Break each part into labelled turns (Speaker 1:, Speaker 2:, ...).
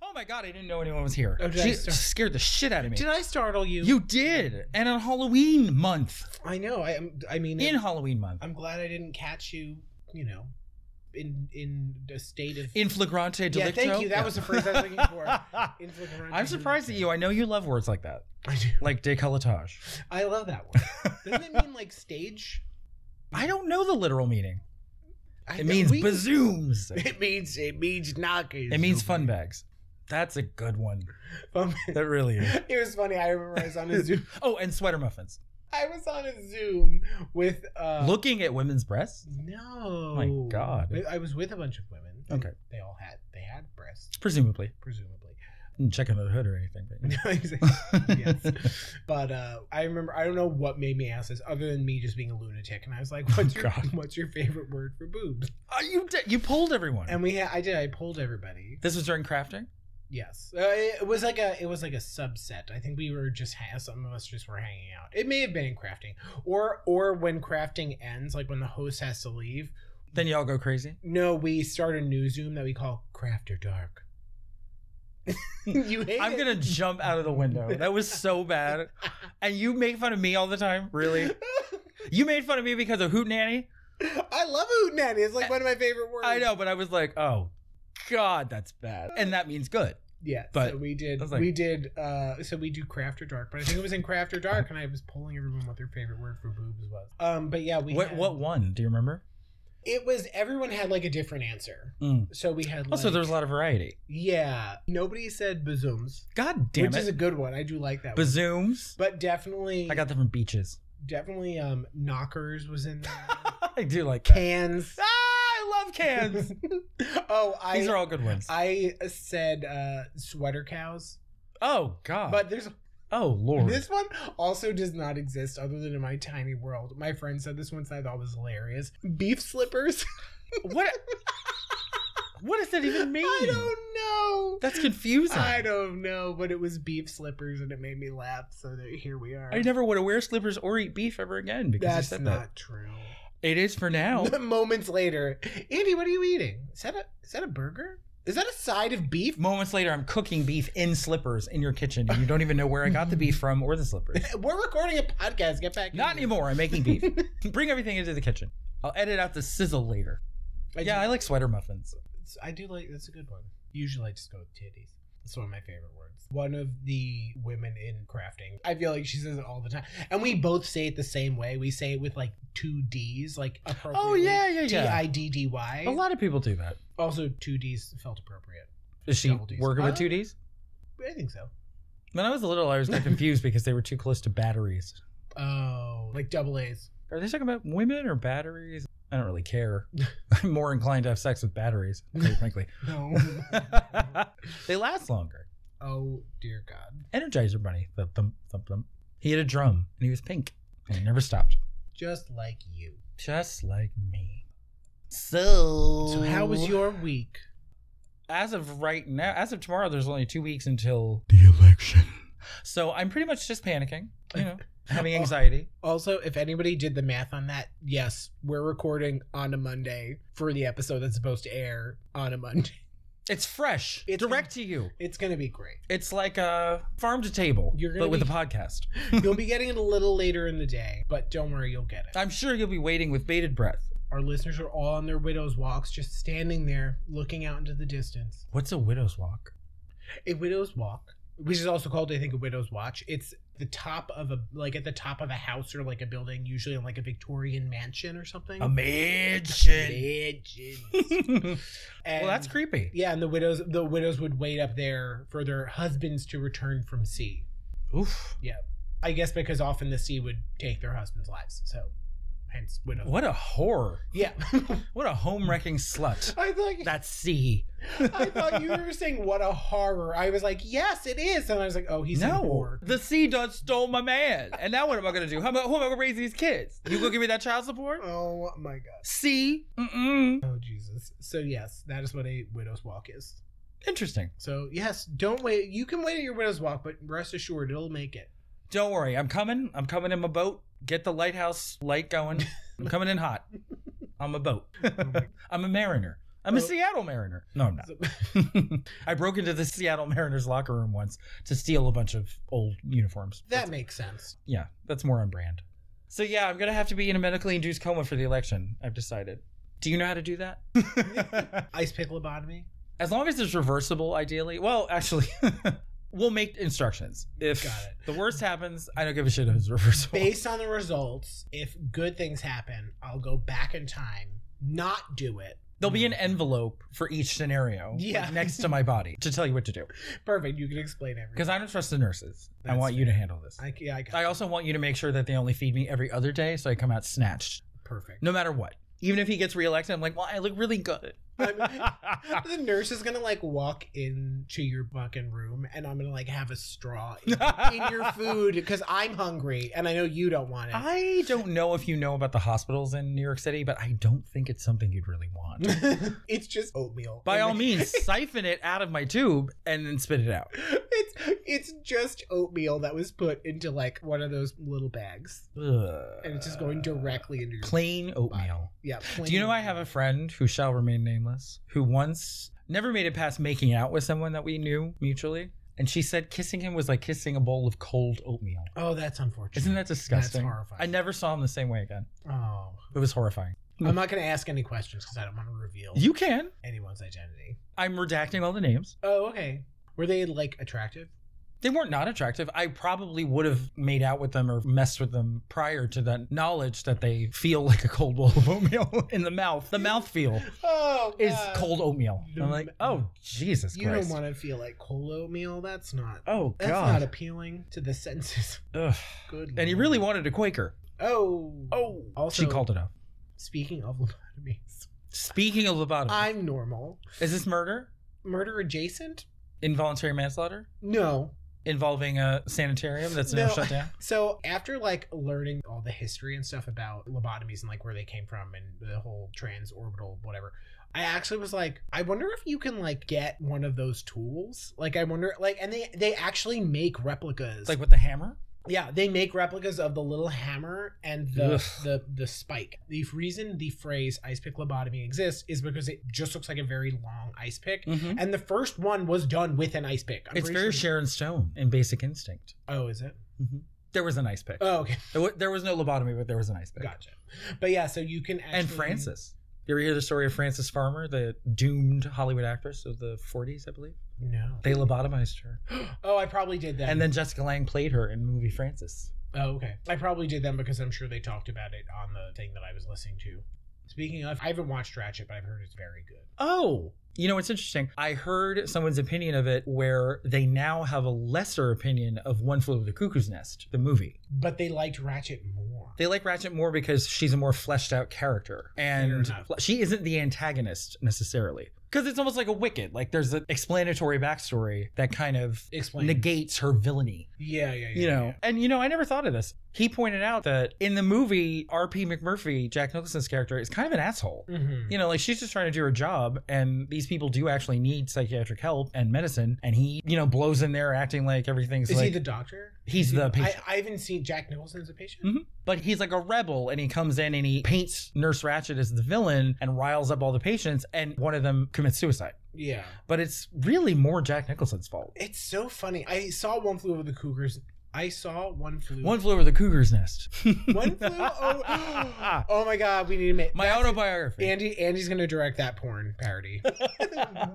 Speaker 1: Oh my god, I didn't know anyone was here.
Speaker 2: Oh, did I
Speaker 1: she,
Speaker 2: start-
Speaker 1: she scared the shit out of me.
Speaker 2: Did I startle you?
Speaker 1: you did, and on Halloween month,
Speaker 2: I know. I am. I mean,
Speaker 1: in Halloween month,
Speaker 2: I'm glad I didn't catch you. You know, in in a state of.
Speaker 1: in flagrante delicto.
Speaker 2: yeah, thank you. That
Speaker 1: Yeah.
Speaker 2: was the phrase I was looking for. In flagrante
Speaker 1: I'm surprised at you. I know you love words like that,
Speaker 2: I do.
Speaker 1: like décolletage.
Speaker 2: I love that one. Doesn't it mean like stage?
Speaker 1: I don't know the literal meaning.
Speaker 2: I
Speaker 1: It
Speaker 2: know
Speaker 1: means
Speaker 2: we-
Speaker 1: bazooms.
Speaker 2: It means it means knockers.
Speaker 1: It means fun bags. That's a good one.
Speaker 2: Um,
Speaker 1: That really is.
Speaker 2: it was funny. I remember I was on a Zoom.
Speaker 1: Oh, and sweater muffins.
Speaker 2: I was on a Zoom with uh,
Speaker 1: Looking at women's breasts,
Speaker 2: No.
Speaker 1: Oh My God.
Speaker 2: I- I was with a bunch of women.
Speaker 1: Okay.
Speaker 2: They all had they had breasts,
Speaker 1: presumably.
Speaker 2: presumably.
Speaker 1: Didn't check under the hood or anything. But,
Speaker 2: yes. But uh, I remember I don't know what made me ask this other than me just being a lunatic and I was like, What's your
Speaker 1: Oh, God.
Speaker 2: what's your favorite word for boobs?
Speaker 1: Oh, you did, you pulled everyone.
Speaker 2: And we had I did, I polled everybody.
Speaker 1: this was during crafting.
Speaker 2: Yes. Uh, it was like a it was like a subset. I think we were just ha- some of us just were hanging out. It may have been in crafting. Or or when crafting ends, like when the host has to leave.
Speaker 1: Then y'all go crazy.
Speaker 2: No, we start a new Zoom that we call Crafter Dark. you hate
Speaker 1: I'm
Speaker 2: it.
Speaker 1: gonna jump out of the window. That was so bad. And you make fun of me all the time. Really? You made fun of me because of Hoot Nanny.
Speaker 2: I love hootenanny. It's like one of my favorite words.
Speaker 1: I know, but I was like, oh God, that's bad. And that means good.
Speaker 2: Yeah,
Speaker 1: But-
Speaker 2: so we
Speaker 1: I
Speaker 2: did.
Speaker 1: was like-
Speaker 2: we did. uh So we do Crafter Dark, but I think it was in Crafter Dark, and I was polling everyone what their favorite word for boobs was. Um, but yeah, we
Speaker 1: What
Speaker 2: had-
Speaker 1: what one? Do you remember?
Speaker 2: it was. Everyone had like a different answer.
Speaker 1: Mm.
Speaker 2: So we had. Like,
Speaker 1: Also, there was a lot of variety.
Speaker 2: Yeah, nobody said bazooms,
Speaker 1: God damn
Speaker 2: which is a
Speaker 1: it.
Speaker 2: good one. I do like that. one.
Speaker 1: Bazooms.
Speaker 2: But definitely,
Speaker 1: I got them from beaches.
Speaker 2: definitely um knockers was in there.
Speaker 1: I do like that.
Speaker 2: Cans.
Speaker 1: Ah, I love cans.
Speaker 2: oh, I
Speaker 1: These are all good ones.
Speaker 2: I said uh sweater cows,
Speaker 1: oh God.
Speaker 2: but there's
Speaker 1: oh Lord.
Speaker 2: This one also does not exist other than in my tiny world. My friend said this once I thought was hilarious. Beef slippers.
Speaker 1: what? what does that even mean?
Speaker 2: I don't know.
Speaker 1: That's confusing.
Speaker 2: I
Speaker 1: I,
Speaker 2: don't know, but it was beef slippers and it made me laugh. So that here we are.
Speaker 1: never want to wear slippers or eat beef ever again because
Speaker 2: That's
Speaker 1: you said
Speaker 2: not true.
Speaker 1: that. It is for now.
Speaker 2: Moments later, Andy, what are you eating? Is that a is that a burger? Is that a side of beef?
Speaker 1: Moments later, I'm cooking beef in slippers in your kitchen, and you don't even know where I got the beef from or the slippers.
Speaker 2: We're recording a podcast. Get back. in
Speaker 1: Not
Speaker 2: here.
Speaker 1: anymore. I'm making beef. Bring everything into the kitchen. I'll edit out the sizzle later.
Speaker 2: I
Speaker 1: yeah,
Speaker 2: do-
Speaker 1: I like sweater muffins.
Speaker 2: It's- I do like that's a good one. Usually I just go with titties. That's one of my favorite words. One of the women in crafting, I feel like she says it all the time, and we both say it the same way. We say it with like two D's, like appropriately.
Speaker 1: Oh yeah, yeah,
Speaker 2: T
Speaker 1: yeah.
Speaker 2: I D D Y.
Speaker 1: A lot of people do that.
Speaker 2: Also, two D's felt appropriate.
Speaker 1: Is she
Speaker 2: Double Ds. Uh,
Speaker 1: working with
Speaker 2: Huh?
Speaker 1: two Ds?
Speaker 2: I think so.
Speaker 1: When I was little, I was got confused because they were too close to batteries.
Speaker 2: Oh, like double A's.
Speaker 1: Are they talking about women or batteries? I don't really care. I'm more inclined to have sex with batteries, quite frankly.
Speaker 2: No.
Speaker 1: they last longer.
Speaker 2: oh dear God,
Speaker 1: Energizer Bunny. Thump, thump, thump, thump. He had a drum and he was pink and it never stopped.
Speaker 2: just like you.
Speaker 1: Just like me. So,
Speaker 2: So, how was
Speaker 1: Oh.
Speaker 2: your week?
Speaker 1: As of right now, as of tomorrow, there's only two weeks until.
Speaker 2: The election.
Speaker 1: So I'm pretty much just panicking, you know, having anxiety.
Speaker 2: Also, if anybody did the math on that, yes, we're recording on a Monday for the episode that's supposed to air on a Monday.
Speaker 1: It's fresh,
Speaker 2: It's-
Speaker 1: direct to you.
Speaker 2: It's going to be great.
Speaker 1: It's like a farm to table,
Speaker 2: You're gonna
Speaker 1: but with a
Speaker 2: be-
Speaker 1: podcast.
Speaker 2: You'll be getting it a little later in the day, but don't worry, you'll get it.
Speaker 1: I'm sure you'll be waiting with bated breath.
Speaker 2: Our listeners are all on their widow's walks, just standing there looking out into the distance.
Speaker 1: What's a widow's walk?
Speaker 2: A widow's walk, which is also called, I think, a widow's watch. It's the top of a, like at the top of a house or like a building, usually in like a Victorian mansion or something.
Speaker 1: mansion.
Speaker 2: Mansions.
Speaker 1: well, that's creepy.
Speaker 2: Yeah, and the widows the widows would wait up there for their husbands to return from sea.
Speaker 1: Oof.
Speaker 2: I guess because often the sea would take their husbands' lives. So hence widows.
Speaker 1: What a horror.
Speaker 2: Yeah.
Speaker 1: What a home wrecking slut.
Speaker 2: I thought
Speaker 1: That's C.
Speaker 2: I thought you were saying what a horror. I was like, yes, it is. And I was like, oh, he's no.
Speaker 1: No. The sea dog stole my man. And now what am I going to do? How am I, who am I going to raise these kids? You going to give me that child support?
Speaker 2: Oh my god.
Speaker 1: C. Mm-mm.
Speaker 2: Oh Jesus. So yes, that is what a widow's walk is.
Speaker 1: Interesting.
Speaker 2: So yes, don't wait. You can wait at your widow's walk, but rest assured, it'll make it.
Speaker 1: Don't worry. I'm coming. I'm coming in my boat. Get the lighthouse light going. I'm coming in hot. I'm a boat.
Speaker 2: Oh my-
Speaker 1: I'm a mariner. I'm a
Speaker 2: So-
Speaker 1: Seattle Mariner. No, I'm not.
Speaker 2: So-
Speaker 1: I broke into the Seattle Mariners locker room once to steal a bunch of old uniforms.
Speaker 2: that makes sense.
Speaker 1: Yeah, that's more on brand. So yeah, I'm gonna have to be in a medically induced coma for the election. I've decided. Do you know how to do that?
Speaker 2: Ice pick lobotomy.
Speaker 1: as long as it's reversible, ideally. Well, actually, we'll make instructions. If
Speaker 2: Got it.
Speaker 1: the worst happens, I don't give a shit if it's reversible.
Speaker 2: Based on the results, if good things happen, I'll go back in time, not do it.
Speaker 1: There'll be an envelope for each scenario like,
Speaker 2: Yeah.
Speaker 1: next to my body to tell you what to do.
Speaker 2: Perfect. You can explain everything.
Speaker 1: Because I don't trust the nurses. I
Speaker 2: That's
Speaker 1: want you to handle this.
Speaker 2: I, yeah, I got
Speaker 1: I also want you to make sure that they only feed me every other day so I come out snatched,
Speaker 2: perfect.
Speaker 1: no matter what. Even if he gets reelected, I'm like, well, I look really good.
Speaker 2: I'm- the nurse is gonna like walk into your fucking room, and I'm gonna like have a straw in, in your food because I'm hungry and I know you don't want it.
Speaker 1: I don't know if you know about the hospitals in New York City, but I don't think it's something you'd really want.
Speaker 2: it's just oatmeal.
Speaker 1: By
Speaker 2: And
Speaker 1: all
Speaker 2: the-
Speaker 1: means, siphon it out of my tube and then spit it out.
Speaker 2: it's it's just oatmeal that was put into like one of those little bags,
Speaker 1: Ugh.
Speaker 2: and it's just going directly into your
Speaker 1: Uh, plain oatmeal.
Speaker 2: body. Yeah.
Speaker 1: Do you know I
Speaker 2: plain
Speaker 1: have a
Speaker 2: oatmeal.
Speaker 1: friend who shall remain nameless who once never made it past making out with someone that we knew mutually, and she said kissing him was like kissing a bowl of cold oatmeal.
Speaker 2: Oh, that's unfortunate.
Speaker 1: Isn't that disgusting?
Speaker 2: horrifying.
Speaker 1: I never saw him the same way again.
Speaker 2: Oh,
Speaker 1: It was horrifying.
Speaker 2: I'm not gonna ask any questions because I don't want to reveal
Speaker 1: You can.
Speaker 2: anyone's identity.
Speaker 1: I'm redacting all the names.
Speaker 2: Oh, okay. Were they like attractive?
Speaker 1: They weren't not attractive. I probably would have made out with them or messed with them prior to that knowledge that they feel like a cold bowl of oatmeal in the mouth. The mouth feel
Speaker 2: Oh,
Speaker 1: is cold oatmeal.
Speaker 2: The
Speaker 1: I'm like,
Speaker 2: m-
Speaker 1: oh Jesus
Speaker 2: You don't
Speaker 1: Christ.
Speaker 2: want to feel like cold oatmeal. That's not.
Speaker 1: oh
Speaker 2: That's not
Speaker 1: God.
Speaker 2: appealing to the senses.
Speaker 1: Ugh.
Speaker 2: Good.
Speaker 1: And he
Speaker 2: lord.
Speaker 1: really wanted a Quaker.
Speaker 2: Oh.
Speaker 1: Oh.
Speaker 2: Also,
Speaker 1: she called it up.
Speaker 2: Speaking of lobotomies,
Speaker 1: Speaking of lobotomy,
Speaker 2: I'm normal.
Speaker 1: is this murder?
Speaker 2: Murder adjacent?
Speaker 1: Involuntary manslaughter?
Speaker 2: No.
Speaker 1: Involving a sanitarium that's now
Speaker 2: No.
Speaker 1: shut down?
Speaker 2: So after like learning all the history and stuff about lobotomies and like where they came from and the whole transorbital whatever, I actually was like, I wonder if you can like get one of those tools. Like I wonder like and they they actually make replicas.
Speaker 1: It's like with the hammer?
Speaker 2: Yeah, they make replicas of the little hammer and the
Speaker 1: Ugh.
Speaker 2: the the spike. The reason the phrase ice pick lobotomy exists is because it just looks like a very long ice pick.
Speaker 1: Mm-hmm.
Speaker 2: And the first one was done with an ice pick. I'm
Speaker 1: It's
Speaker 2: pretty
Speaker 1: very
Speaker 2: sure-
Speaker 1: Sharon Stone in Basic Instinct.
Speaker 2: Oh, is it?
Speaker 1: Mm-hmm. There was an ice pick.
Speaker 2: Oh, okay,
Speaker 1: There wa- there was no lobotomy, but there was an ice pick.
Speaker 2: gotcha. But yeah, so you can actually,
Speaker 1: And Francis. You ever hear the story of Frances Farmer, the doomed Hollywood actress of the 40s, I believe?
Speaker 2: No.
Speaker 1: They lobotomized her.
Speaker 2: oh, I probably did them.
Speaker 1: And then Jessica Lange played her in movie Francis.
Speaker 2: Oh, okay. I probably did them because I'm sure they talked about it on the thing that I was listening to. Speaking of, I haven't watched Ratchet, but I've heard it's very good.
Speaker 1: Oh. You know, it's interesting. I heard someone's opinion of it where they now have a lesser opinion of One Flew Over the Cuckoo's Nest, the movie.
Speaker 2: But they liked Ratchet more.
Speaker 1: They like Ratchet more because she's a more fleshed out character. And
Speaker 2: Fair enough.
Speaker 1: she isn't the antagonist necessarily. Because it's almost like a Wicked. Like there's an explanatory backstory that kind of
Speaker 2: Explain.
Speaker 1: negates her villainy.
Speaker 2: yeah, yeah, yeah.
Speaker 1: you know
Speaker 2: yeah.
Speaker 1: and you know i never thought of this he pointed out that in the movie rp mcmurphy jack nicholson's character is kind of an asshole
Speaker 2: Mhm.
Speaker 1: you know like she's just trying to do her job and these people do actually need psychiatric help and medicine and he you know blows in there acting like everything's
Speaker 2: Is
Speaker 1: like
Speaker 2: he the doctor?
Speaker 1: he's the patient
Speaker 2: I, I haven't seen Jack Nicholson as a patient.
Speaker 1: Mhm. but he's like a rebel and he comes in and he paints nurse ratchet as the villain and riles up all the patients and one of them commits suicide
Speaker 2: Yeah.
Speaker 1: but it's really more jack nicholson's fault
Speaker 2: It's so funny. I saw One Flew Over the Cougars. I saw One Flew.
Speaker 1: one flew over the cougar's nest
Speaker 2: One Flew. Oh, oh my God, we need to make.
Speaker 1: my autobiography
Speaker 2: Andy, Andy's gonna direct that porn parody.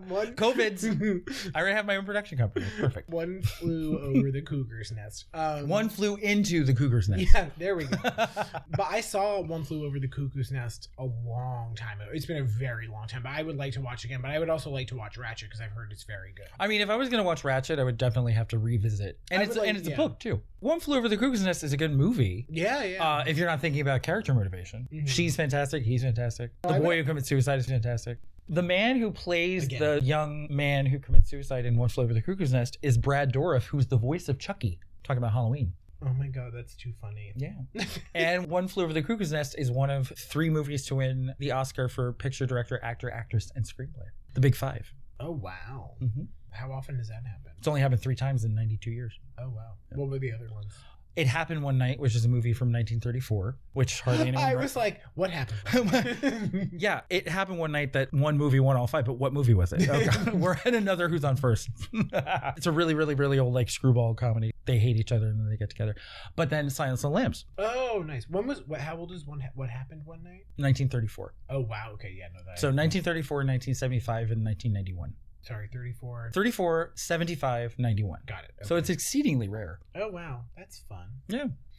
Speaker 2: One-
Speaker 1: COVID's. I already have my own production company. Perfect.
Speaker 2: One flew over the cougar's nest. Um,
Speaker 1: One flew into the cougar's nest.
Speaker 2: Yeah, there we go. But I saw One Flew Over the Cuckoo's Nest a long time ago. It's been a very long time, but I would like to watch again. But I would also like to watch Ratchet because I've heard it's very good.
Speaker 1: I mean, if I was gonna watch Ratchet, I would definitely have to revisit. And
Speaker 2: I
Speaker 1: it's
Speaker 2: would like-
Speaker 1: and it's
Speaker 2: yeah.
Speaker 1: a book too. One flew over the cougar's nest is a good movie.
Speaker 2: Yeah, yeah.
Speaker 1: Uh, if you're not thinking about character motivation,
Speaker 2: Mhm.
Speaker 1: she's fantastic. He's fantastic. The
Speaker 2: I
Speaker 1: boy
Speaker 2: would-
Speaker 1: who commits suicide is fantastic. The man who plays
Speaker 2: Again.
Speaker 1: the young man who commits suicide in One Flew Over the Cuckoo's Nest is Brad Dourif, who's the voice of Chucky. Talking about Halloween.
Speaker 2: oh my god, that's too funny.
Speaker 1: Yeah. and One Flew Over the Cuckoo's Nest is one of three movies to win the Oscar for picture, director, actor, actress, and screenplay. The big 5
Speaker 2: Oh wow.
Speaker 1: Mm-hmm.
Speaker 2: How often does that happen?
Speaker 1: It's only happened three times in 92 years.
Speaker 2: Oh wow. What were the other ones?
Speaker 1: It Happened One Night, which is a movie from 1934, which hardly anyone.
Speaker 2: I
Speaker 1: re-
Speaker 2: was like, what happened?
Speaker 1: yeah, it happened one night that one movie won all five, but what movie was it? Oh, God. We're at another Who's on First. it's a really, really, really old like screwball comedy. They hate each other and then they get together. But then Silence of the Lambs,
Speaker 2: oh, nice. When was what, how old is one? What happened one night?
Speaker 1: 1934.
Speaker 2: Oh wow. Okay, yeah, no that.
Speaker 1: So 1934, 1975, and 1991.
Speaker 2: sorry, thirty four.
Speaker 1: 34, 75, 91.
Speaker 2: Got it.
Speaker 1: So
Speaker 2: okay.
Speaker 1: it's exceedingly rare.
Speaker 2: oh wow, that's fun.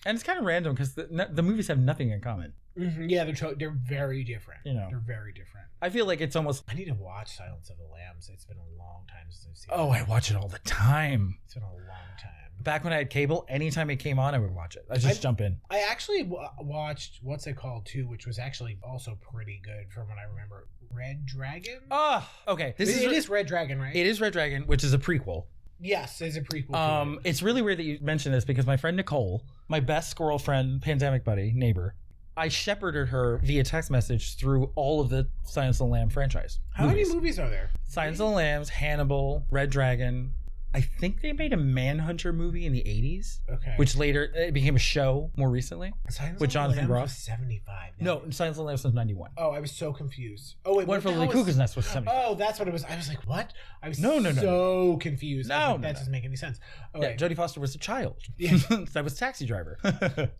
Speaker 1: And it's kind of random because the, no- the movies have nothing in common.
Speaker 2: Mhm, Yeah, they're to- they're very different.
Speaker 1: You know.
Speaker 2: they're very different.
Speaker 1: I feel like it's almost,
Speaker 2: I need to watch Silence of the Lambs. It's been a long time since I've seen.
Speaker 1: oh,
Speaker 2: it.
Speaker 1: I watch it all the time.
Speaker 2: it's been a long time.
Speaker 1: Back when I had cable, anytime it came on, I would watch it. I just
Speaker 2: I-
Speaker 1: jump in.
Speaker 2: I actually w- watched what's it called too, which was actually also pretty good from what I remember. Red Dragon.
Speaker 1: Oh, okay. This
Speaker 2: It-
Speaker 1: is
Speaker 2: it is Red Dragon, right?
Speaker 1: It is Red Dragon, which is a prequel.
Speaker 2: Yes, it's a prequel. to
Speaker 1: Um,
Speaker 2: it.
Speaker 1: it's really weird that you mentioned this because my friend Nicole, my best squirrel friend, pandemic buddy, neighbor, I shepherded her via text message through all of the Silence of the Lamb franchise.
Speaker 2: How
Speaker 1: movies.
Speaker 2: many movies are there?
Speaker 1: Silence of the Lambs, Hannibal, Red Dragon. I think they made a Manhunter movie in the 80s,
Speaker 2: Okay.
Speaker 1: which later it became a show more recently.
Speaker 2: Silence
Speaker 1: with
Speaker 2: of the
Speaker 1: Jonathan
Speaker 2: Lambs
Speaker 1: Groff?
Speaker 2: was seventy-five.
Speaker 1: No, Silence of the Lambs was 91.
Speaker 2: Oh, I was so confused. Oh wait,
Speaker 1: One
Speaker 2: what
Speaker 1: for
Speaker 2: the
Speaker 1: Lily
Speaker 2: hell was-
Speaker 1: Cuckoo's Nest was 70.
Speaker 2: Oh, that's what it was. I was like, what? I was
Speaker 1: No, no, no,
Speaker 2: so confused. I was
Speaker 1: No,
Speaker 2: like,
Speaker 1: no,
Speaker 2: that
Speaker 1: no.
Speaker 2: doesn't make any sense. Oh,
Speaker 1: yeah,
Speaker 2: wait.
Speaker 1: Jodie Foster was a child.
Speaker 2: Yeah.
Speaker 1: that was Taxi Driver.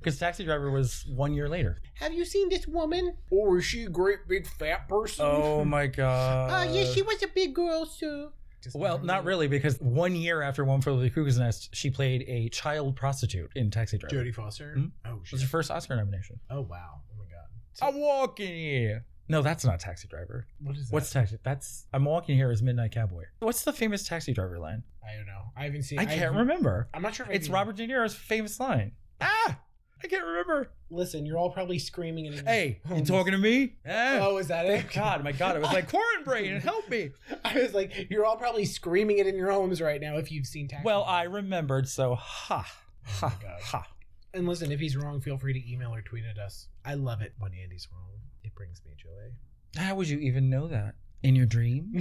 Speaker 1: Because Taxi Driver was one year later.
Speaker 2: Have you seen this woman? Or Oh, is she a great big fat person?
Speaker 1: Oh my god.
Speaker 2: Oh yeah, she was a big girl, so. Just
Speaker 1: Well, not
Speaker 2: remember-
Speaker 1: really, because one year after One for the Cuckoo's Nest, she played a child prostitute in Taxi Driver.
Speaker 2: Jodie Foster.
Speaker 1: Hmm?
Speaker 2: Oh
Speaker 1: It was her
Speaker 2: shit.
Speaker 1: first Oscar nomination.
Speaker 2: Oh wow. Oh my god.
Speaker 1: I'm walking here. No, that's not Taxi Driver.
Speaker 2: what is that?
Speaker 1: What's Taxi? That's I'm walking here as Midnight Cowboy. What's the famous Taxi Driver line?
Speaker 2: I don't know. I haven't seen.
Speaker 1: I can't
Speaker 2: I've-
Speaker 1: remember.
Speaker 2: I'm not sure. if I've
Speaker 1: It's
Speaker 2: even-
Speaker 1: Robert De Niro's famous line. Ah, I can't remember.
Speaker 2: Listen, you're all probably screaming. And
Speaker 1: Hey, you talking to me? Ah.
Speaker 2: Oh, is that it?
Speaker 1: Thank God, my God! It was like corn brain. Help me.
Speaker 2: I was like, you're all probably screaming it in your homes right now if you've seen Taxi.
Speaker 1: Well, I remembered. So ha,
Speaker 2: Oh my
Speaker 1: ha,
Speaker 2: God.
Speaker 1: ha.
Speaker 2: And listen, if he's wrong, feel free to email or tweet at us. I love it when Andy's wrong. It brings me joy.
Speaker 1: How would you even know that in your dream?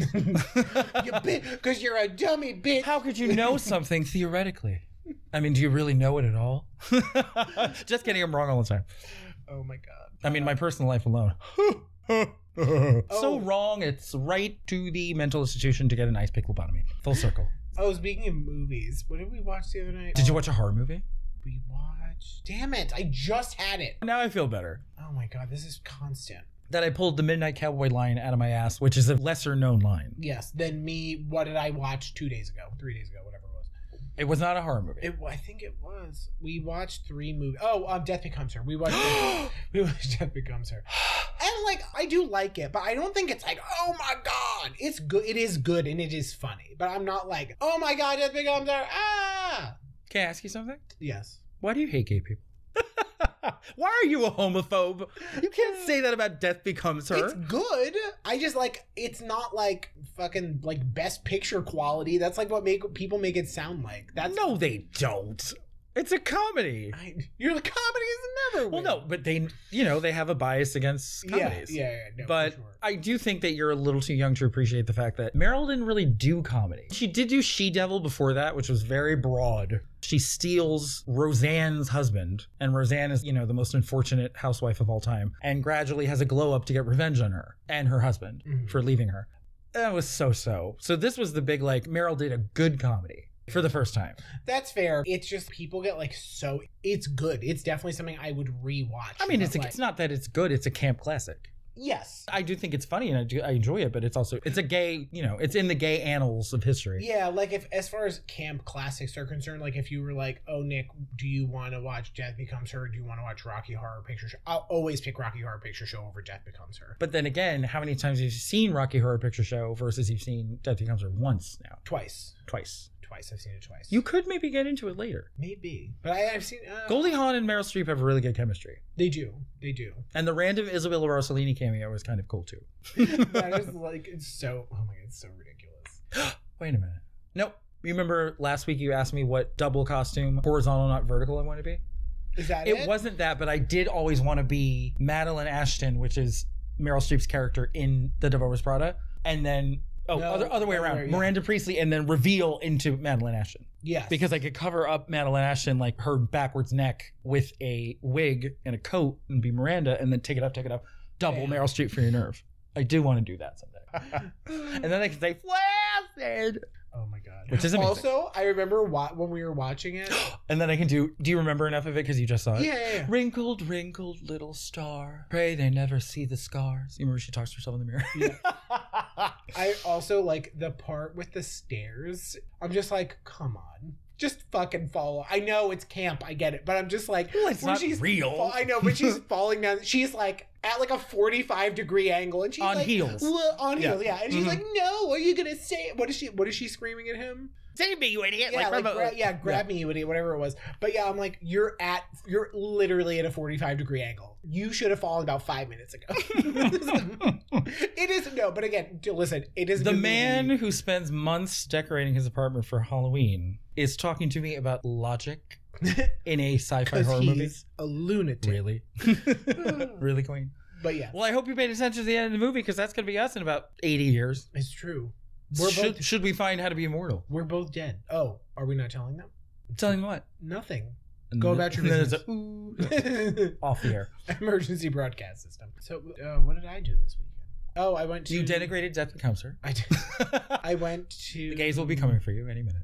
Speaker 2: Because you're a dummy bitch.
Speaker 1: How could you know something theoretically? I mean, do you really know it at all? Just kidding, I'm wrong all the time.
Speaker 2: Oh my god.
Speaker 1: I mean, my personal life alone.
Speaker 2: Oh.
Speaker 1: So wrong, it's right to the mental institution to get an ice pick lobotomy. Full circle.
Speaker 2: Oh, speaking of movies, what did we watch the other night?
Speaker 1: Did you watch a horror movie?
Speaker 2: We watched. Damn it! I just had it.
Speaker 1: Now I feel better
Speaker 2: Oh my god, this is constant.
Speaker 1: that I pulled the Midnight Cowboy line out of my ass, which is a lesser known line.
Speaker 2: Yes. Then me. What did I watch two days ago? Three days ago? Whatever it was.
Speaker 1: It was not a horror movie.
Speaker 2: It, I think it was. We watched three movies. Oh, um, Death Becomes Her. We watched. we watched Death Becomes Her. And like, I do like it, but I don't think it's like, oh my god, it's good. It is good and it is funny, but I'm not like, oh my god, Death Becomes Her. Ah.
Speaker 1: Can I ask you something?
Speaker 2: Yes.
Speaker 1: Why do you hate gay people? Why are you a homophobe? You can't say that about Death Becomes Her.
Speaker 2: It's good. I just like it's not like fucking like best picture quality. That's like what make people make it sound like. That's
Speaker 1: no, they don't. It's a comedy.
Speaker 2: I, you're the comedy is another.
Speaker 1: Well,
Speaker 2: way.
Speaker 1: no, but they, you know, they have a bias against
Speaker 2: Yeah,
Speaker 1: comedies.
Speaker 2: Yeah, yeah, no, for
Speaker 1: But
Speaker 2: sure.
Speaker 1: I do think that you're a little too young to appreciate the fact that Meryl didn't really do comedy. She did do She Devil before that, which was very broad. She steals Roseanne's husband, and Roseanne is, you know, the most unfortunate housewife of all time, and gradually has a glow up to get revenge on her and her husband
Speaker 2: Mhm.
Speaker 1: for leaving her. That was so so. So this was the big like Meryl did a good comedy for the first time.
Speaker 2: That's fair. It's just people get like so. It's good. It's definitely something I would rewatch.
Speaker 1: I mean,
Speaker 2: but,
Speaker 1: it's a,
Speaker 2: like,
Speaker 1: it's not that it's good; it's a camp classic.
Speaker 2: yes.
Speaker 1: I do think it's funny and I do I enjoy it, but it's also it's a gay, you know, it's in the gay annals of history.
Speaker 2: Yeah, like if as far as camp classics are concerned, like if you were like, "Oh, Nick, do you want to watch Death Becomes Her? Do you want to watch Rocky Horror Picture Show?" I'll always pick Rocky Horror Picture Show over Death Becomes Her
Speaker 1: But then again, how many times have you seen Rocky Horror Picture Show versus you've seen Death Becomes Her once now,
Speaker 2: twice.
Speaker 1: twice?
Speaker 2: Twice I've seen it twice.
Speaker 1: You could maybe get into it later.
Speaker 2: maybe, but I, I've seen uh,
Speaker 1: Goldie Hawn and Meryl Streep have really good chemistry,
Speaker 2: They do. They do.
Speaker 1: and the random Isabella Rossellini cameo was kind of cool too.
Speaker 2: that is like it's so. Oh my god, it's so ridiculous.
Speaker 1: Wait a minute. Nope. You remember last week you asked me what double costume, horizontal not vertical, I want to be?
Speaker 2: Is that it?
Speaker 1: It wasn't that, but I did always want to be Madeline Ashton, which is Meryl Streep's character in The Devil's Prada, and then Oh,
Speaker 2: No,
Speaker 1: other, other way
Speaker 2: other
Speaker 1: around.
Speaker 2: way, yeah.
Speaker 1: Miranda Priestley and then reveal into Madeline Ashton.
Speaker 2: Yes.
Speaker 1: Because I could cover up Madeline Ashton, like her backwards neck, with a wig and a coat and be Miranda and then take it up, take it up. Double
Speaker 2: Yeah.
Speaker 1: Meryl Streep for your nerve. I do want to do that someday.
Speaker 2: and
Speaker 1: And then I can say, Flaccid!
Speaker 2: oh my god.
Speaker 1: Which is amazing.
Speaker 2: Also, I remember wa- when we were watching it.
Speaker 1: And then I can do, do you remember enough of it because you just saw
Speaker 2: yeah,
Speaker 1: it?
Speaker 2: yeah, yeah.
Speaker 1: Wrinkled, wrinkled little star. Pray they never see the scars. You remember she talks to herself in the mirror?
Speaker 2: I also like the part with the stairs. I'm just like, come on. Just fucking follow. I know it's camp, I get it, but I'm just like
Speaker 1: Well, it's not real.
Speaker 2: fa- I know, but she's falling down. She's like at like a 45 degree angle and she's
Speaker 1: On
Speaker 2: like
Speaker 1: heels.
Speaker 2: "Wha- on
Speaker 1: Yeah.
Speaker 2: heels, yeah. And she's
Speaker 1: Mhm.
Speaker 2: like, "No, are you gonna say?" What is she? What is she screaming at him?
Speaker 1: Save me, you idiot!
Speaker 2: yeah, like,
Speaker 1: remote-
Speaker 2: gra- yeah, grab me, you idiot, whatever it was. But yeah, I'm like, you're at, you're literally at a 45 degree angle. You should have fallen about five minutes ago. it is no, but again, d- listen, it is
Speaker 1: The
Speaker 2: really-
Speaker 1: man who spends months decorating his apartment for Halloween is talking to me about logic in a sci-fi
Speaker 2: 'cause
Speaker 1: horror
Speaker 2: he's
Speaker 1: movie.
Speaker 2: a lunatic.
Speaker 1: Really? really, Queen?
Speaker 2: But yeah,
Speaker 1: Well, I hope you paid attention to the end of the movie because that's going to be us in about 80 years.
Speaker 2: it's true. We're
Speaker 1: should,
Speaker 2: both
Speaker 1: should we find how to be immortal?
Speaker 2: we're both dead. Oh, are we not telling them
Speaker 1: Tell him what.
Speaker 2: nothing?
Speaker 1: And
Speaker 2: Go
Speaker 1: then-
Speaker 2: about your
Speaker 1: and then
Speaker 2: business.
Speaker 1: it's a- ooh, off the air.
Speaker 2: Emergency broadcast system. So, uh, what did I do this weekend? Oh, I went to
Speaker 1: You denigrated Death Becomes Her.
Speaker 2: I did.
Speaker 1: the
Speaker 2: I went to
Speaker 1: gays will be coming for you any minute.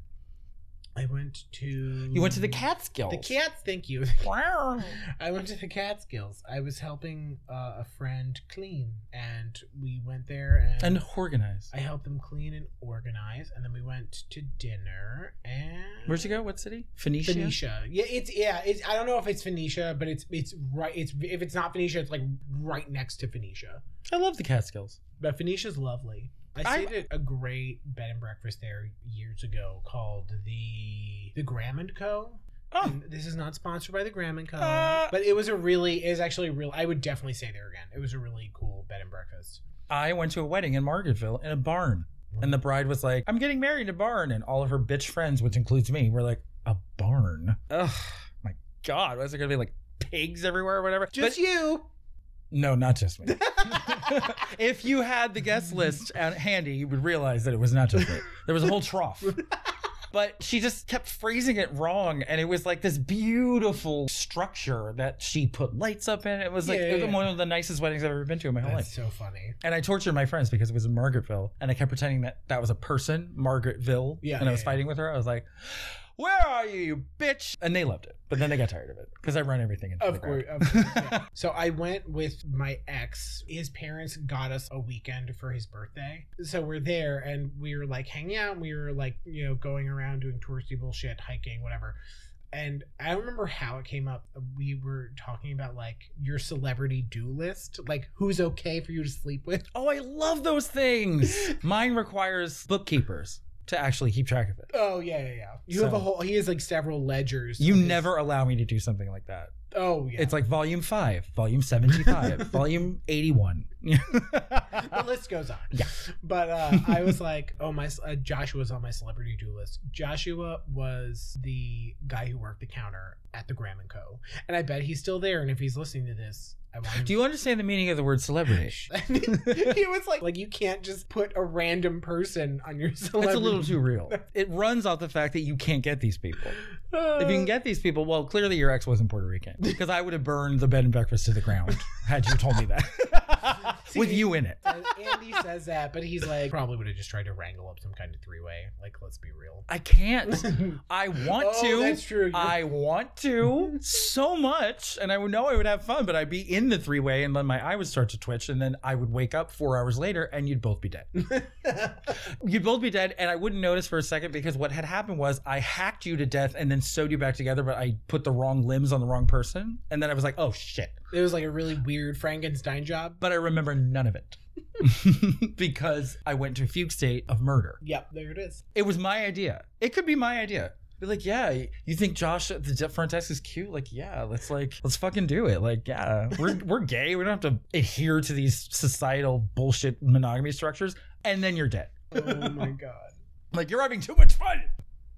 Speaker 2: I went to
Speaker 1: You went to the Catskills.
Speaker 2: The cats, thank you.
Speaker 1: Wow.
Speaker 2: I went to the Catskills. I was helping uh, a friend clean, and we went there and,
Speaker 1: And organized.
Speaker 2: I helped them clean and organize, and then we went to dinner and
Speaker 1: Where'd you go? What city? Phoenicia.
Speaker 2: Phoenicia. Yeah, it's yeah. It's I don't know if it's Phoenicia, but it's it's right. It's if it's not Phoenicia, it's like right next to Phoenicia.
Speaker 1: I love the Catskills.
Speaker 2: But Phoenicia's lovely. I
Speaker 1: I'm-
Speaker 2: stayed at a great bed and breakfast there years ago called the the Graham and Co.
Speaker 1: Oh,
Speaker 2: And this is not sponsored by the Graham and Co.
Speaker 1: Uh,
Speaker 2: but it was a really it was actually real. I would definitely stay there again. It was a really cool bed and breakfast.
Speaker 1: I went to a wedding in Margaretville in a barn, and the bride was like, "I'm getting married in a barn," and all of her bitch friends, which includes me, were like, "A barn? Ugh, my god, was there gonna be like pigs everywhere or whatever?"
Speaker 2: just
Speaker 1: But-
Speaker 2: you.
Speaker 1: no, not just me. if you had the guest list at handy, you would realize that it was not just me. There was a whole trough. But she just kept phrasing it wrong, and it was like this beautiful structure that she put lights up in. It was like
Speaker 2: Yeah,
Speaker 1: it was
Speaker 2: yeah,
Speaker 1: one of the nicest weddings I've ever been to in my whole life.
Speaker 2: That's so funny.
Speaker 1: And I tortured my friends because it was in Margaretville, and I kept pretending that that was a person, Margaretville.
Speaker 2: Yeah,
Speaker 1: And I
Speaker 2: yeah,
Speaker 1: was
Speaker 2: yeah.
Speaker 1: fighting with her. I was like, "Where are you, you bitch?" And they loved it, but then they got tired of it because I run everything. Into the
Speaker 2: Of course.
Speaker 1: ground.
Speaker 2: Of course yeah. so I went with my ex. His parents got us a weekend for his birthday. So we're there and we were like hanging out. and We were like, you know, going around doing touristy bullshit, hiking, whatever. And I don't remember how it came up. We were talking about like your celebrity do list, like who's okay for you to sleep with.
Speaker 1: Oh, I love those things. Mine requires bookkeepers to actually keep track of it.
Speaker 2: Oh yeah, yeah, yeah. You have
Speaker 1: So-
Speaker 2: a whole. He has like several ledgers.
Speaker 1: You
Speaker 2: of his-
Speaker 1: never allow me to do something like that.
Speaker 2: Oh yeah.
Speaker 1: It's like volume five, volume seventy-five, volume eighty-one.
Speaker 2: the list goes on.
Speaker 1: Yeah.
Speaker 2: But uh, I was like, oh my, uh, Joshua's on my celebrity do list. Joshua was the guy who worked the counter at the Graham and Co. And I bet he's still there. And if he's listening to this, I want him.
Speaker 1: Do you understand the meaning of the word celebrity?
Speaker 2: he was like, like you can't just put a random person on your celebrity.
Speaker 1: It's a little too real. It runs off the fact that you can't get these people.
Speaker 2: Uh,
Speaker 1: If you can get these people, well, clearly your ex wasn't Puerto Rican because I would have burned the bed and breakfast to the ground had you told me that with
Speaker 2: See?
Speaker 1: you in it.
Speaker 2: And Andy says that, but he's like probably would have just tried to wrangle up some kind of three way. Like, let's be real.
Speaker 1: I can't. I want
Speaker 2: oh,
Speaker 1: to.
Speaker 2: That's true.
Speaker 1: I want to so much, and I would know I would have fun, but I'd be in the three way, and then my eye would start to twitch, and then I would wake up four hours later, and you'd both be dead. You'd both be dead, and I wouldn't notice for a second because what had happened was I hacked you to death and then sewed you back together, but I put the wrong limbs on the wrong person, and then I was like, oh shit.
Speaker 2: it was like a really weird Frankenstein job.
Speaker 1: But I remember none of it because I went to a fugue state of murder.
Speaker 2: Yep, there it is.
Speaker 1: It was my idea. It could be my idea. Be like, yeah, you think Josh at the de- front desk is cute? Like, yeah, let's like let's fucking do it. Like, yeah, we're we're gay. We don't have to adhere to these societal bullshit monogamy structures. And then you're dead.
Speaker 2: Oh my god.
Speaker 1: Like, you're having too much fun.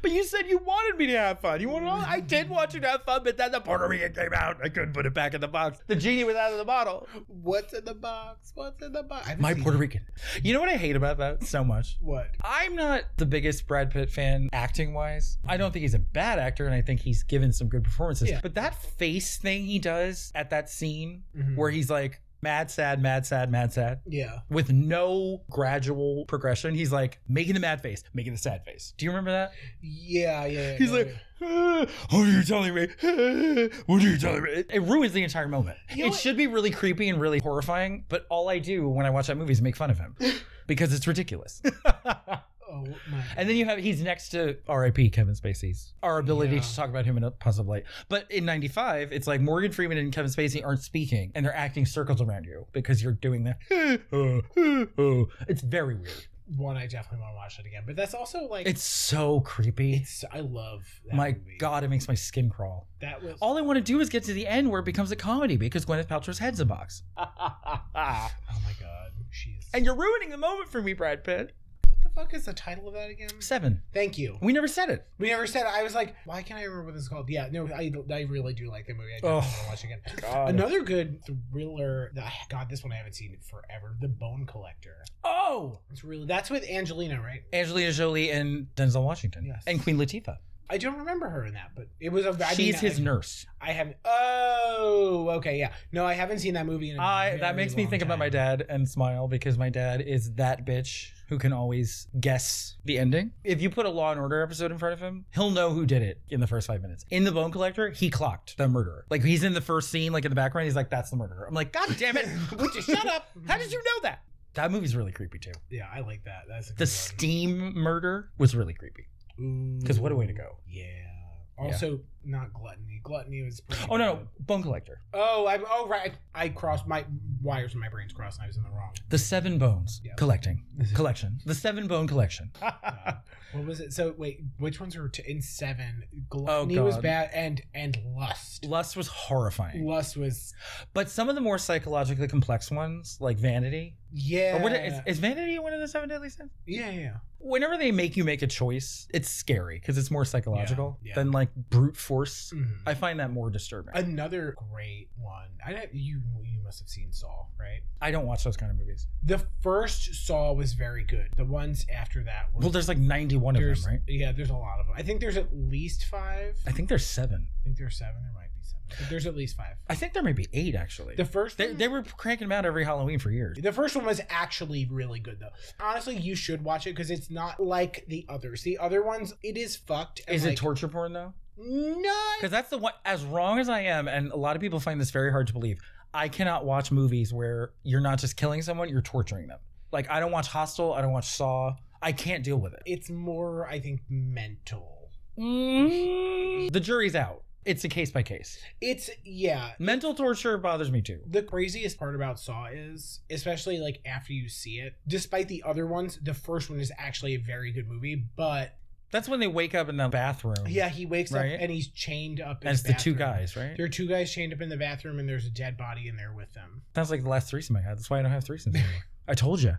Speaker 1: But you said you wanted me to have fun. You wanted all- I did want you to have fun, but then the Puerto Rican came out. I couldn't put it back in the box. The genie was out of the bottle.
Speaker 2: What's in the box? What's in the box? I haven't
Speaker 1: My
Speaker 2: seen
Speaker 1: Puerto
Speaker 2: it.
Speaker 1: Rican. You know what I hate about that so much?
Speaker 2: What?
Speaker 1: I'm not the biggest Brad Pitt fan acting wise. I don't think he's a bad actor, and I think he's given some good performances.
Speaker 2: Yeah.
Speaker 1: But that face thing he does at that scene
Speaker 2: Mhm.
Speaker 1: where he's like mad, sad, mad, sad, mad, sad.
Speaker 2: Yeah.
Speaker 1: With no gradual progression, he's like making the mad face, making the sad face. Do you remember that?
Speaker 2: Yeah, yeah. yeah,
Speaker 1: He's
Speaker 2: yeah,
Speaker 1: like,
Speaker 2: yeah.
Speaker 1: "Ah, what are you telling me? Ah, what are you telling me? It, it ruins the entire moment.
Speaker 2: You know
Speaker 1: it
Speaker 2: what-
Speaker 1: should be really creepy and really horrifying, but all I do when I watch that movie is make fun of him because it's ridiculous.
Speaker 2: oh my.
Speaker 1: and then you have he's next to R.I.P. Kevin Spacey's our ability
Speaker 2: Yeah.
Speaker 1: to talk about him in a positive light. But in '95, it's like Morgan Freeman and Kevin Spacey aren't speaking and they're acting circles around you because you're doing that. it's very weird.
Speaker 2: one I definitely want to watch it again. But that's also like
Speaker 1: It's so creepy.
Speaker 2: it's I love that
Speaker 1: my
Speaker 2: movie.
Speaker 1: God, Oh. it makes my skin crawl.
Speaker 2: That was
Speaker 1: All I want to do is get to the end where it becomes a comedy because Gwyneth Paltrow's head's a box.
Speaker 2: Oh my god. She's
Speaker 1: And you're ruining the moment for me, Brad Pitt.
Speaker 2: what the fuck is the title of that again?
Speaker 1: Seven.
Speaker 2: Thank you.
Speaker 1: We never said it.
Speaker 2: We never said it. I was like, why can't I remember what this is called? Yeah, no, I, I really do like the movie. I definitely
Speaker 1: Oh.
Speaker 2: want to watch it again. Another good thriller. ah, God, this one I haven't seen in forever. The Bone Collector.
Speaker 1: Oh!
Speaker 2: It's really that's with Angelina, right?
Speaker 1: Angelina Jolie and Denzel Washington.
Speaker 2: Yes.
Speaker 1: And Queen Latifah.
Speaker 2: I don't remember her in that, but it was a. I mean,
Speaker 1: She's his
Speaker 2: I,
Speaker 1: nurse.
Speaker 2: I haven't. Oh, okay, yeah. No, I haven't seen that movie in. a
Speaker 1: I that
Speaker 2: very
Speaker 1: makes me
Speaker 2: long
Speaker 1: think about my
Speaker 2: time.
Speaker 1: dad and smile because my dad is that bitch who can always guess the ending. If you put a Law and Order episode in front of him, he'll know who did it in the first five minutes. In the Bone Collector, he clocked the murderer. Like he's in the first scene, like in the background, he's like, "That's the murderer." I'm like, "God damn it!
Speaker 2: Would you shut up?
Speaker 1: How did you know that?" That movie's really creepy too.
Speaker 2: Yeah, I like that. That's a
Speaker 1: The
Speaker 2: good
Speaker 1: steam murder was really creepy.
Speaker 2: one.
Speaker 1: 'Cause what a way to
Speaker 2: Ooh,
Speaker 1: go.
Speaker 2: Yeah. Also, not gluttony. Gluttony was. Pretty
Speaker 1: Oh no,
Speaker 2: good.
Speaker 1: no, Bone Collector.
Speaker 2: Oh, I. Oh right. I crossed my wires in my brains crossed. and I was in the wrong.
Speaker 1: The Seven Bones
Speaker 2: Yeah.
Speaker 1: collecting collection. The Seven Bone collection.
Speaker 2: Uh, what was it? So wait, which ones were t- in seven? Gluttony was
Speaker 1: Oh, God.
Speaker 2: bad, and and lust.
Speaker 1: Lust was horrifying.
Speaker 2: Lust was.
Speaker 1: But some of the more psychologically complex ones, like Vanity,
Speaker 2: Yeah.
Speaker 1: Or what- is, is Vanity one of the seven deadly sins?
Speaker 2: yeah. Yeah. yeah.
Speaker 1: Whenever they make you make a choice, it's scary because it's more psychological
Speaker 2: Yeah, yeah.
Speaker 1: than like brute force.
Speaker 2: Mhm.
Speaker 1: I find that more disturbing. I,
Speaker 2: Another great one. I don't, you you must have seen Saul, right?
Speaker 1: don't watch those kind of movies.
Speaker 2: The first Saw was very good. The ones after that were
Speaker 1: Well, there's like 91 of them,
Speaker 2: There's-
Speaker 1: right?
Speaker 2: Yeah, there's a lot of them. I think there's at least five.
Speaker 1: I think there's seven.
Speaker 2: I think there's seven. There might be seven. But there's at least five.
Speaker 1: I think there may be eight actually.
Speaker 2: The first
Speaker 1: they,
Speaker 2: one,
Speaker 1: they were cranking them out every Halloween for years.
Speaker 2: the first one was actually really good though. Honestly, you should watch it because it's not like the others. The other ones, it is fucked. and,
Speaker 1: Is
Speaker 2: like,
Speaker 1: it torture porn though?
Speaker 2: No.
Speaker 1: Because that's the one. As wrong as I am, and a lot of people find this very hard to believe, I cannot watch movies where you're not just killing someone, you're torturing them. Like I don't watch Hostel, I don't watch Saw. I can't deal with it.
Speaker 2: It's more, I think, mental. Mm.
Speaker 1: The jury's out. It's a case by case.
Speaker 2: It's yeah.
Speaker 1: Mental torture bothers me too.
Speaker 2: The craziest part about Saw is, especially like after you see it, despite the other ones, the first one is actually a very good movie. But
Speaker 1: That's when they wake up in the bathroom.
Speaker 2: yeah, he wakes
Speaker 1: Right.
Speaker 2: up and he's chained up. in
Speaker 1: And it's the two
Speaker 2: bathroom.
Speaker 1: guys, right?
Speaker 2: There are two guys chained up in the bathroom, and there's a dead body in there with them.
Speaker 1: Sounds like the last threesome I had. That's why I don't have threesomes anymore. I told you.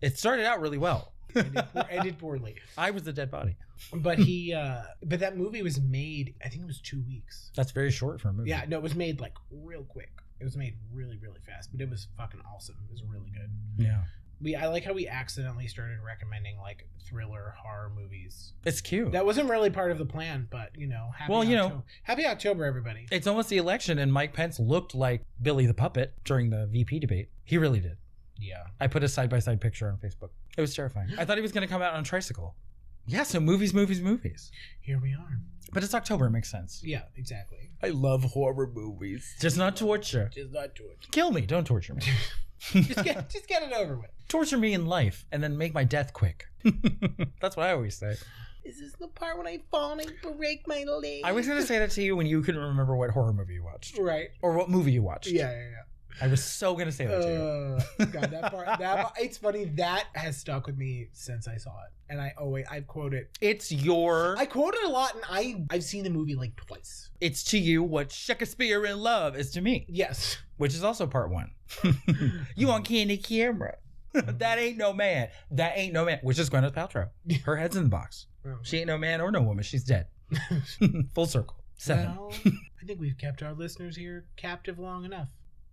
Speaker 1: It started out really well.
Speaker 2: Ended, poor, ended poorly,
Speaker 1: I was the dead body.
Speaker 2: but he, uh but that movie was made. I think it was two weeks.
Speaker 1: That's very short for a movie.
Speaker 2: Yeah, no, it was made like real quick. It was made really, really fast, but it was fucking awesome. It was really good.
Speaker 1: Yeah.
Speaker 2: We, I like how we accidentally started recommending like thriller horror movies.
Speaker 1: It's cute.
Speaker 2: That wasn't really part of the plan, but you know, happy
Speaker 1: Well, you know-
Speaker 2: Octo- happy October, everybody.
Speaker 1: it's almost the election, and Mike Pence looked like Billy the Puppet during the VP debate. He really did.
Speaker 2: yeah,
Speaker 1: I put a side by side picture on Facebook. It was terrifying. I thought he was going to come out on a tricycle. Yeah, so movies, movies, movies.
Speaker 2: here we are.
Speaker 1: But it's October. It makes sense.
Speaker 2: Yeah, exactly.
Speaker 1: I love horror movies. Just not torture.
Speaker 2: Just not do it.
Speaker 1: Kill me. Don't torture me.
Speaker 2: Just get, just get it over with.
Speaker 1: torture me in life and then make my death quick. That's what I always say.
Speaker 2: Is this the part when I fall and break my leg?
Speaker 1: I was going to say that to you when you couldn't remember what horror movie you watched
Speaker 2: right.
Speaker 1: or what movie you watched.
Speaker 2: Yeah, yeah,
Speaker 1: I was so going to say
Speaker 2: yeah.
Speaker 1: that to you.
Speaker 2: Uh, God, that part. That part- it's funny that has stuck with me since I saw it, and I always I quote it.
Speaker 1: It's your,
Speaker 2: I quote it a lot, and I I've seen the movie like twice.
Speaker 1: it's to you what Shakespeare in Love is to me,
Speaker 2: Yes.
Speaker 1: which is also part one. you on candy camera. that ain't no man. That ain't no man, which is Gwyneth Paltrow. Her head's in the box.
Speaker 2: Oh.
Speaker 1: She ain't no man or no woman. She's dead. Full circle. Seven.
Speaker 2: Well, I think we've kept our listeners here captive long enough.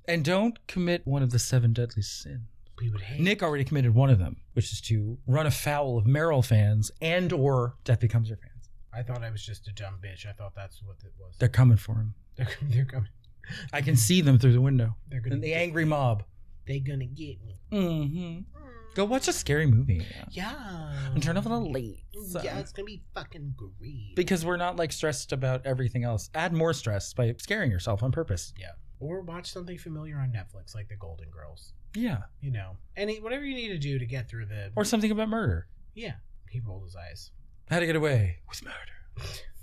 Speaker 1: And don't commit one of the seven deadly sins.
Speaker 2: We would hate
Speaker 1: Nick already committed one of them, which is to run afoul of Meryl fans and or Death Becomes Her fans.
Speaker 2: I thought I was just a dumb bitch. I thought that's what it was.
Speaker 1: They're coming for him.
Speaker 2: They're, they're coming.
Speaker 1: I can see them through the window.
Speaker 2: They're gonna.
Speaker 1: And the
Speaker 2: get-
Speaker 1: angry mob.
Speaker 2: They're gonna get me.
Speaker 1: Mm-hmm. Go watch a scary movie.
Speaker 2: Yeah.
Speaker 1: And turn off the lights.
Speaker 2: Yeah, it's gonna be fucking great.
Speaker 1: Because we're not like stressed about everything else. Add more stress by scaring yourself on purpose.
Speaker 2: yeah. Or watch something familiar on Netflix, like The Golden Girls.
Speaker 1: Yeah.
Speaker 2: You know, any whatever you need to do to get through the.
Speaker 1: Or something about murder.
Speaker 2: yeah. He rolled his eyes.
Speaker 1: How to get away with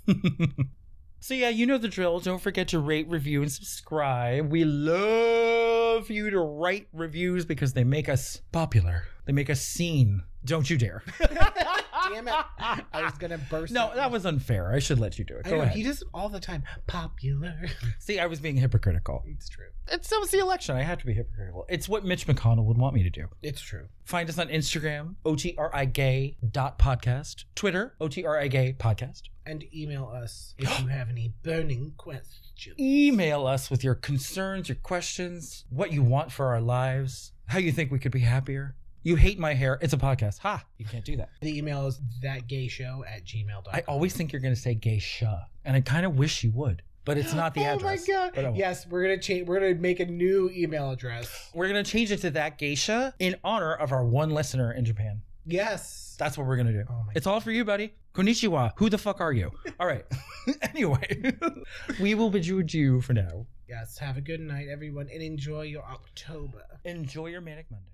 Speaker 1: murder. so, yeah, you know the drill. Don't forget to rate, review, and subscribe. We love you to write reviews because they make us popular, they make us seen. Don't you dare.
Speaker 2: Damn it! I was gonna burst.
Speaker 1: No,
Speaker 2: out.
Speaker 1: that was unfair. I should let you do it.
Speaker 2: I
Speaker 1: Go
Speaker 2: know,
Speaker 1: ahead.
Speaker 2: he does it all the time. Popular.
Speaker 1: See, I was being hypocritical.
Speaker 2: it's true.
Speaker 1: It's, that was the election. I have to be hypocritical. It's what Mitch McConnell would want me to do.
Speaker 2: It's true.
Speaker 1: Find us on Instagram, O-T-R-I-Gay dot podcast. Twitter, O-T-R-I-Gay podcast.
Speaker 2: And email us if you have any burning questions.
Speaker 1: Email us with your concerns, your questions, what you want for our lives, how you think we could be happier. You hate my hair. It's a podcast. Ha! You can't do that.
Speaker 2: The email is thatgayshow at gmail.com.
Speaker 1: I always think you're going to say geisha, and I kind of wish you would, but it's not the address.
Speaker 2: Oh my god!
Speaker 1: But I won't.
Speaker 2: Yes, we're gonna change. We're gonna make a new email address.
Speaker 1: We're going to change it to that geisha in honor of our one listener in Japan.
Speaker 2: Yes.
Speaker 1: That's what we're going to do.
Speaker 2: Oh my.
Speaker 1: It's all for you, buddy. Konnichiwa. Who the fuck are you? All right. anyway, we will bejeweled you for now.
Speaker 2: Yes. Have a good night, everyone, and enjoy your October.
Speaker 1: Enjoy your Manic Monday.